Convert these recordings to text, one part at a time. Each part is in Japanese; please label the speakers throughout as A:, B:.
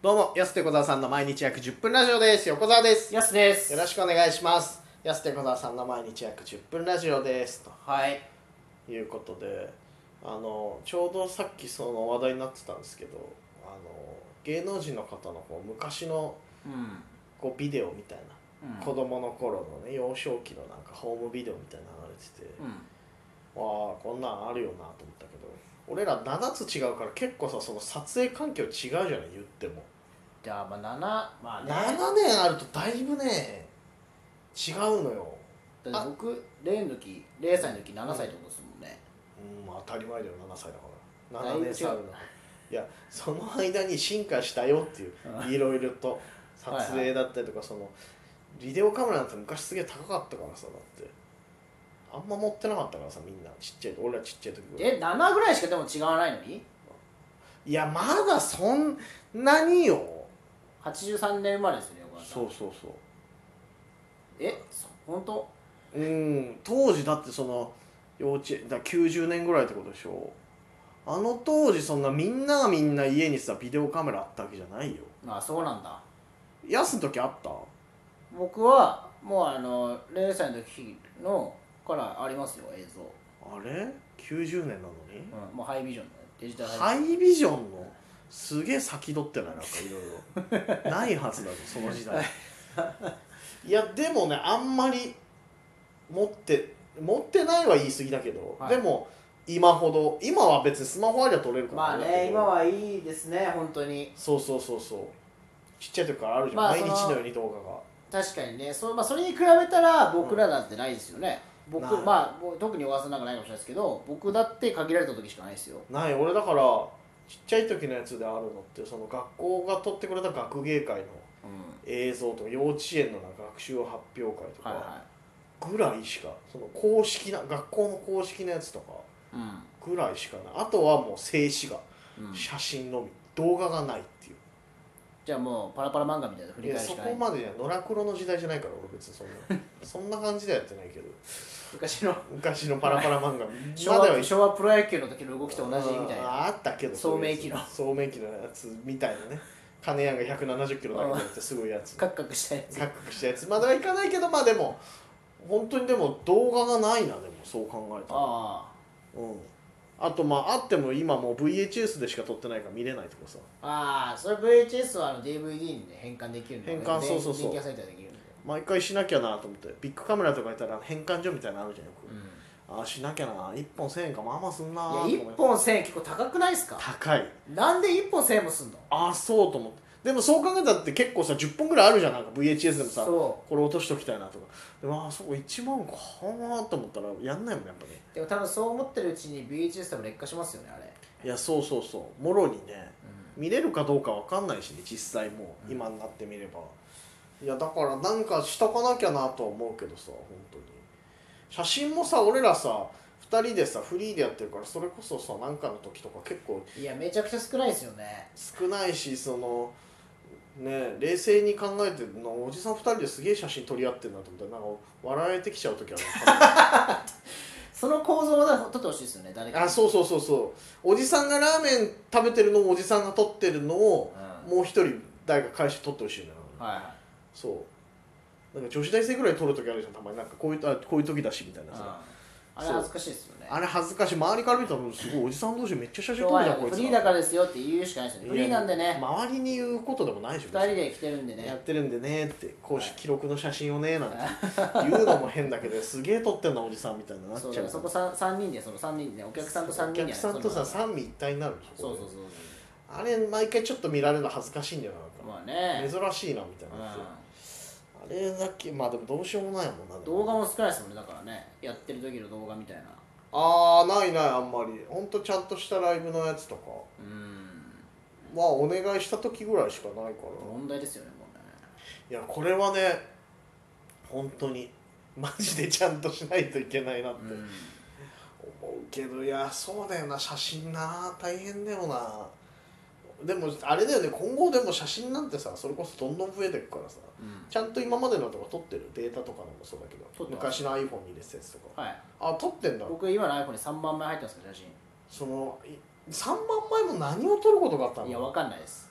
A: どうも、安手小沢さんの毎日約10分ラジオです。横澤です。
B: やすです
A: よろしくお願いします。安手小沢さんの毎日約10分ラジオです。
B: はい
A: ということで、あの、ちょうどさっきその話題になってたんですけど、あの、芸能人の方のこう昔の
B: うん、
A: こうビデオみたいな、子
B: 供
A: 供の頃のね、幼少期のなんかホームビデオみたいなの流れてて、わあこんなんあるよなと思ったけど、俺ら7つ違うから結構さ、その撮影環境違うじゃない、言っても。
B: じゃあまあ7まあね
A: 7年あるとだいぶね違うのよ
B: だって僕0の時0歳の時7歳ってことですもんね、
A: うん当たり前だよ7歳だから
B: だ
A: 7
B: いぶ
A: 年
B: 違う
A: 差あるのいやその間に進化したよっていういろいろと撮影だったりとかそのビデオカメラなんて昔すげえ高かったからさだってあんま持ってなかったからさみんなちっちゃい俺らちっちゃい時ぐらい
B: え7ぐらいしかでも違わないのに
A: いやまだそんなによ
B: 83年生まれですよね横田さん
A: そうそうそう
B: えそ本当
A: うん当時だってその幼稚園だから90年ぐらいってことでしょあの当時そんなみんながみんな家にさビデオカメラあったわけじゃないよ
B: まあそうなんだ
A: やすの時あった
B: 僕はもうあの0歳の時のからありますよ映像、
A: あれ90年なのに
B: うん、もうハイビジョンのデジタル
A: ハ
B: イ
A: イビジョンのすげえ先取ってないなんかいろい ろないはずだぞその時代いやでもねあんまり持って持ってないは言い過ぎだけど、
B: は
A: で
B: い
A: も今ほど今は別にスマホありゃ撮れるから
B: まあ
A: れだ
B: ね
A: けど
B: 今はいいですね本当に
A: そうそうそうそうちっちゃい時からあるじゃん、
B: まあ
A: 毎日
B: そ
A: の
B: の
A: ように動画が
B: 確かにねそ,、まあ、それに比べたら僕らなんてないですよね、
A: ない
B: 僕まあもう特に小川さんなんかないかもしれないですけど僕だって限られた時しかないですよ
A: ない俺だからちっちゃい時のやつであるのってその学校が撮ってくれた学芸会の
B: うん
A: 映像とか幼稚園のなんか学習発表会と
B: はい
A: か
B: は
A: ぐらいしか、その公式な学校の公式なやつとか
B: いうん
A: ぐらいしかないあとはもう静止画、
B: うん
A: 写真のみ動画がないっていう
B: じゃあもうパラパラ漫画みたいな振
A: い
B: り
A: や
B: 返り
A: そ
B: しか
A: こ
B: ない
A: までじゃ野良黒の時代じゃないから俺別にそんなそんな感じではやってないけど
B: 昔 の
A: 昔のパラパラ 漫画
B: 昭
A: までは
B: 和昭和プロ野球の時の動きと同じみたい
A: あ
B: な
A: ーあったけど
B: 聡明機能
A: そういうやつ聡明機のやつみたいなね金谷が170キロだけじゃなくてすごいやつ
B: カクカクしたやつ
A: ザックしたやつまではいかないけどまあでも本当にでも動画がないなでもそう考えたら
B: あ
A: うんあとまああっても今もう VHS でしか撮ってないから見れないとかさ
B: あああそれ VHS はあの DVD に、ね、変換できるんで
A: 変換そうそうそう
B: 電気屋さんみたいにできるんで、
A: 毎回しなきゃなと思ってビッグカメラとかいたら変換所みたいなのあるじゃんよく、
B: うん
A: ああしなきゃな1本1000円かまあまあすんなーと思
B: いや1本1000円結構高くないですか
A: 高い
B: なんで1本1000円もすんの
A: ああそうと思ってでもそう考えたって結構さ10本ぐらいあるじゃんなんか VHS でもさ
B: そ
A: これ落としときたいなとかでもああそう1万かなと思ったらやんないもんやっぱね
B: でも多分そう思ってるうちに VHS 多分劣化しますよねあれ、
A: いやそうそうそうもろにね見れるかどうかわかんないしね実際もう
B: うん
A: 今になってみれば、いやだからなんかしとかなきゃなとは思うけどさ本当に写真もさ俺らさ2人でさフリーでやってるからそれこそさなんかの時とか結構
B: いやめちゃくちゃ少ないですよね
A: 少ないしそのね冷静に考えてのおじさん2人ですげえ写真撮り合ってるなと思ってなんか笑えてきちゃう時ある
B: その構造を撮ってほしいですよね 誰か
A: あそうそうそうそうおじさんがラーメン食べてるのをおじさんが撮ってるのを
B: うん、はい
A: もう一人誰か返して撮ってほしいのよ、
B: は
A: そうなんか女子大生ぐらい撮る時あるじゃんたまになんかこういうあこういう時だしみたい
B: い
A: なさ、
B: あれ恥ずかしいですよね
A: あれ恥ずかしい周りから見たらすごいおじさん同士めっちゃ写真
B: 今
A: 撮る
B: 日
A: じゃ
B: は
A: んこいつ
B: フリーだからですよって言うしかないですよねフリーなんで
A: いや
B: ね
A: 周りに言うことでもないでしょ
B: 2人で来てるんで
A: やっ
B: ね
A: てるんでねって公
B: は
A: 式
B: い
A: 記録の写真をね なんて言うのも変だけどすげえ撮ってんなおじさんみたいになっちゃ
B: そうう
A: か
B: だかららそこ 3, 三人でその3人でねお客さんと3人で
A: お客さんとさ三位一体になるでしょ
B: そうそう
A: こ
B: そう
A: れ
B: そ
A: あれ毎回ちょっと見られるの恥ずかしいんだよ
B: う
A: なんか、
B: まあね、
A: 珍しいなみたいな、あれだけまあでもどうしようもないもんなで
B: うん、
A: も
B: 動画も少ないですもんねだからねやってる時の動画みたいな
A: ああないないあんまりほんとちゃんとしたライブのやつとか
B: うん
A: まあお願いした時ぐらいしかないから
B: 問題ですよねもうね
A: いやこれはね本当にマジでちゃんとしないといけないなって、
B: うん
A: 思うけどいやそうだよな写真な大変だよなでもあれだよね今後でも写真なんてさそれこそどんどん増えていくからさ
B: うん
A: ちゃんと今までのとか撮ってるデータとかのもそうだけ
B: 撮っ
A: ど
B: てま
A: 昔
B: す
A: の iPhone に入れてたやつとか
B: はい
A: あ撮ってんだ
B: 僕今の iPhone に3万枚入ってますから写
A: そのい3万枚も何を撮ることがあった
B: 真
A: の
B: いやわかんないです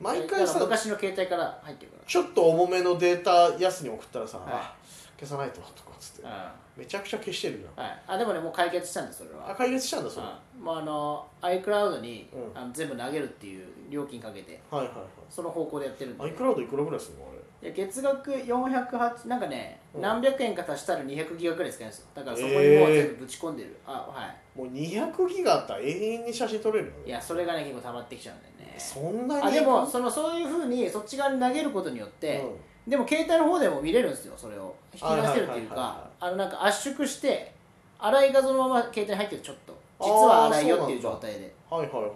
A: 毎回さ
B: だから昔の携帯から入ってるか
A: ちょっと重めのデータやすに送ったらさ、
B: はい
A: あ消さないととかっつって
B: ら、
A: めちゃくちゃ消してるじ
B: うんはい、あでもねもう解決したんですそれ
A: ゃんあ
B: は
A: 解決したんだそれ、
B: うんもうあの iCloud に、
A: うん
B: あの全部投げるっていう料金かけて
A: はいはい
B: その方向でやってるんで
A: はい iCloud いくらぐらいするの
B: いや月額408なんかね、
A: うん
B: 何百円か足したら200ギガくらい使えるんですよだからそこに
A: えー
B: もう全部ぶち込んでる、あは
A: あれもう200ギガあったら永遠に写真撮れるよね
B: いいやそれがね結構溜まってきちゃうんだよね
A: そんなに
B: あでもそのそういうふうにそっち側に投げることによっ
A: うん
B: て、でも携帯の方でも見れるんですよそれを引き出せるってい
A: はい
B: う
A: はいはい
B: か
A: は
B: あのなんか圧縮して粗い画像のまま携帯に入ってるちょっと実は粗いよっていう
A: あーそうな
B: 状
A: んだ
B: 態で
A: はいはいはい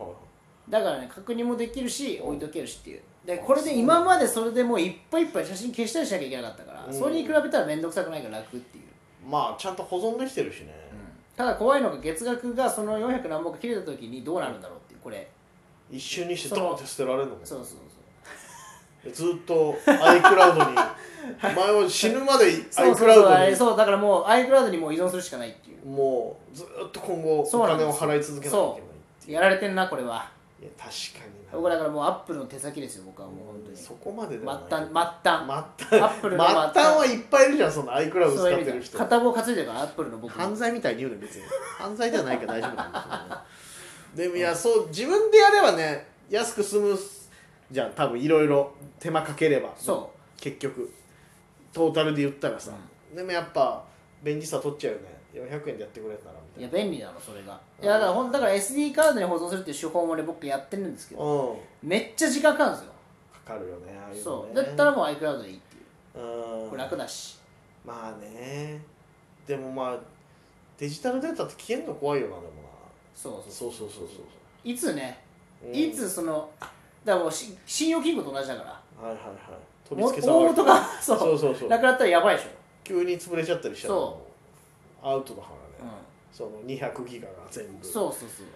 B: だからね確認もできるし置いとけるしっていうで
A: あ
B: これで
A: そうなん
B: 今までそれでもういっぱいいっぱい写真消したりしなきゃいけなかったから、
A: うん
B: それに比べたら面倒くさくないから楽っていう、
A: まあちゃんと保存できてるしね、
B: ただ怖いのが月額がその400何本か切れた時にどうなるんだろうっていうこれ
A: 一瞬にして
B: その
A: ドーンって捨てられるのも
B: そうそうそう
A: ずっと iCloud に前は死ぬまで
B: そうそうそう
A: iCloud
B: あ
A: に
B: れそうだからもう iCloud にもう依存するしかないっていう
A: もうずっと今後お
B: そうなんで
A: 金
B: す
A: を払い続けなきゃいけないっていう
B: やられてんなこれはい
A: や確かにな
B: 僕だからもうアップルの手先ですよ僕はもう本当に
A: そこまで
B: 末
A: ではない
B: 端末 端
A: 末端
B: アップルの
A: 末端はいっぱいいるじゃんその iCloud
B: そう
A: 使
B: いう
A: っ
B: 意
A: てる
B: 味で
A: 人
B: 片棒担いでるからアップルの僕
A: 犯罪みたいに言うの別 に犯罪ではないから大丈夫なんですよねでもいやそう自分でやればね安く済むじゃん多分いろいろ手間かければ
B: そ
A: 結局トータルで言ったらさ、でもやっぱ便利さ取っちゃうよね400円でやってくれたらみたいな
B: ういや便利なのそれがいやだからほんだから SD カードに保存するっていう手法もね僕やってるんですけど
A: うん
B: めっちゃ時間かかるんですよ
A: かかるよねああいうの
B: そ
A: ね
B: うだったらもう iCloud でいいっていう
A: うん
B: これ楽だし
A: まあねでもまあデジタルデータって消えんの怖いよなでも
B: そうそう
A: な
B: そう
A: そうそうそうそうそ
B: いつね
A: う、うん
B: いつそのだからもうし信用金庫と同じだから
A: はいはいはい取り
B: も
A: 付け
B: 大元がそう
A: そうそうそう
B: なくなったらやばいでしょ、
A: 急に潰れちゃったりしたら
B: そ
A: アウトだから
B: う
A: ね、
B: ん
A: その200ギガが全部
B: そうそうそう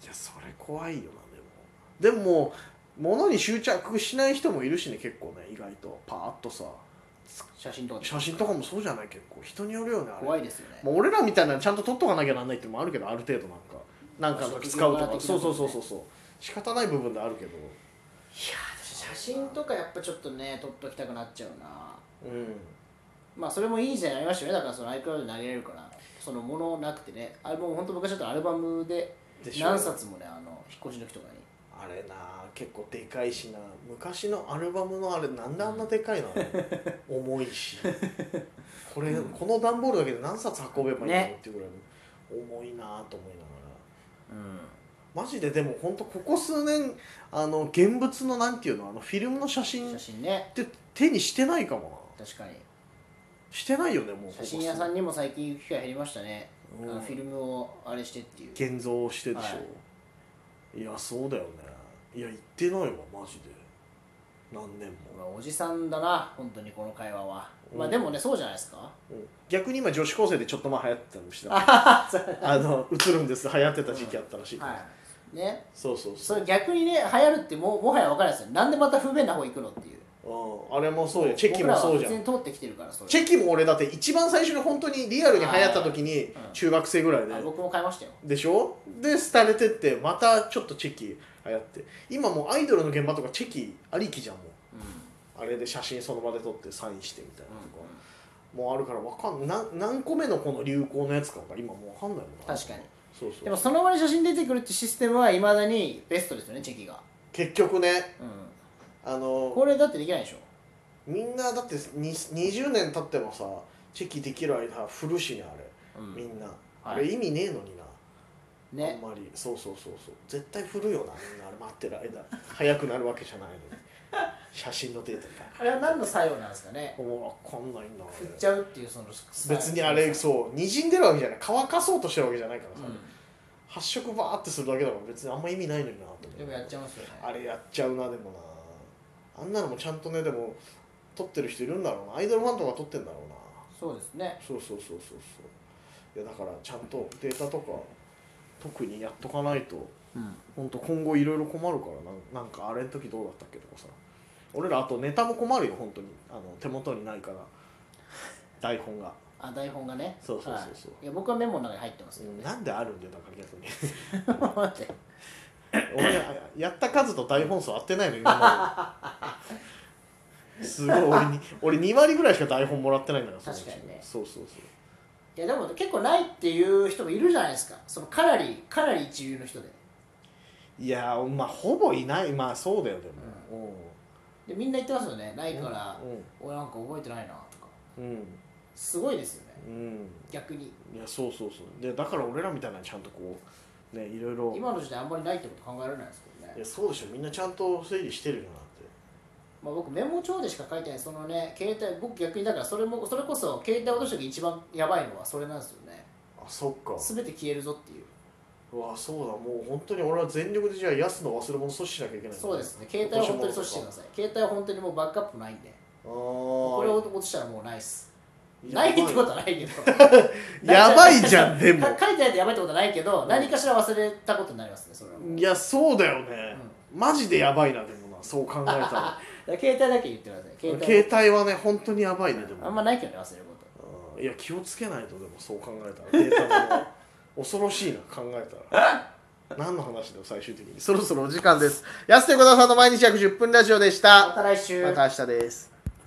A: いやそれ怖いよなでもでも物に執着しない人もいるしね結構ね意外とパーッとさ
B: 写真とか
A: 写真とかもそうじゃない結構人によるよねあれ
B: 怖いですよね
A: まあ俺らみたいなのちゃんと撮っとかなきゃなんないってのもあるけどある程度なんかなんかの時使うと
B: 職業柄
A: か
B: 的な
A: そう
B: 部分ね
A: そうそうそうそう仕方ない部分であるけど
B: いやー写真とかやっぱちょっとね撮っときたくなっちゃうな
A: うん
B: まあそれもいい時代になりましたよねだからその iCloud で投げれるからそのものなくてねあれもう本当昔だったらアルバムで
A: でしょ
B: 何冊もねあの引っ越しの時とかに
A: あれな結構でかいしな昔のアルバムのあれなんであんなでかいのあれ 重いしこれ、この段ボールだけで何冊運べばいいの
B: ね
A: っていうぐらいの重いなと思いなが
B: うん
A: らマジででもほんとここ数年あの現物のなんていうのあのフィルムの写真っ
B: 写真ね
A: て手にしてないかもな
B: 確かに
A: してないよねもうここ
B: 写
A: 数
B: 真屋さんにも最近行く機会減りましたね、
A: うん
B: あのフィルムをあれしてっていう
A: 現像してでしょ、、
B: はい
A: やそうだよねいや行ってないわマジで何年も、
B: まあおじさんだな本当にこの会話は、
A: うん
B: まあでもねそうじゃないですか
A: うん逆に今女子高生でちょっと前流行ってたりもしてたあの映るんです流行ってた時期あったらしい、
B: はいね
A: そうそう
B: そ
A: そう
B: れ逆にね流行るってもうもはや分からないですよなんでまた不便な方行くのっていう
A: うんあれもそうよチェキもそうじゃ
B: 僕らは普通に
A: ん
B: 通ってきてるからそれ
A: チェキも俺だって一番最初に本当にリアルに流行った時に
B: はいうん
A: 中学生ぐらいで、
B: あ僕も買いましたよ
A: でしょで廃れてってまたちょっとチェキ流行って今もうアイドルの現場とかチェキありきじゃんも
B: うん
A: うあれで写真その場で撮ってサインしてみたいなとか、
B: うん
A: もうあるからわかんな何個目のこの流行のやつかが今もうわかんないもんな
B: 確かに
A: そうそう
B: でもその場に写真出てくるってシステムはいまだにベストですよねチェキが、
A: 結局ね
B: うん、
A: あの
B: これだってできないでしょ
A: みんなだってに20年経ってもさチェキできる間古るしねあれ、
B: うん
A: みんな、
B: はい
A: あれ意味ねえのにな、
B: ね
A: あんまりそうそうそうそう絶対古いよなみんなあれ待ってる間 早くなるわけじゃ ないのに写真のデータが
B: あれは何の作用なんですかね
A: もう分かんないんだ
B: 振っちゃうっていうその
A: 別にあれ
B: う
A: そうにじんでるわけじゃない乾かそうとしてるわけじゃないからさ、
B: ん
A: 発色バーってするだけだから別にあんま意味ないのになと思
B: でもやっちゃいますよね
A: あれやっちゃうなでもなあんなのもちゃんとねでも撮ってる人いるんだろうなアイドルファンとか撮ってんだろうな
B: そうですね
A: そうそうそうそうそういやだからちゃんとデータとか特にやっとかないと
B: うん
A: 本当今後いろいろ困るからなんなんかあれの時どうだったっけとかさ俺らあとネタも困るよ本当にあの手元にないから台本が
B: あ台本がね
A: そうそうそうそう
B: はいいや僕はメモの中に入ってますけど
A: なんであるんだよだから逆に
B: 待って
A: 俺やった数と大本数合ってないの今ま ですごい俺に俺2割ぐらいしか台本もらってないんだからそのうち
B: 確かにね
A: そうそうそう
B: いやでも結構ないっていう人もいるじゃないですかそのかなりかなり一流の人で
A: いやーまあほぼいないまあそうだよでも、
B: でみんな言ってますよねないから、
A: う
B: 俺なんか覚えてないなとか
A: んうん
B: すごいですよね
A: うん
B: 逆に
A: いやそうそうそうでだから俺らみたいなのちゃんとこうねいろいろ
B: 今の時代あんまりないってこと考えられないですけど
A: い
B: ね
A: や、そうでしょみんなちゃんと整理してるよなって
B: まあ、僕メモ帳でしか書いてないそのね携帯僕逆にだからそれもそれこそ携帯落とした時一番やばいのはそれなんですよね
A: あそっか
B: 全て消えるぞっていう
A: うわそうだもう本当に俺は全力でじゃあ安の忘れ物阻止しなきゃいけないんだね
B: そうですね携帯は本当に阻止してください携帯は本当にもうバックアップないんで
A: あ
B: これを
A: ー
B: 落としたらもうないっす
A: やば
B: ない
A: い
B: ってことはないけど
A: やばいじゃんでも
B: か 書いてないとやばいってことはないけど何かしら忘れたことになりますねそれはもう
A: いやそうだよね、マジでやばいなでもなそう考えたら
B: だから携帯だけ言ってください 携帯
A: 携帯はね本当にやばいねで
B: あん
A: も
B: まないけどね忘れるこ
A: う
B: と
A: んいや気をつけないとでもそう考えたらデータも恐ろしいな考えたら何の話だよ最終的にそろそろお時間です安手小田さんの毎日約10分ラジオでし
B: ま
A: た
B: た来週
A: また明日です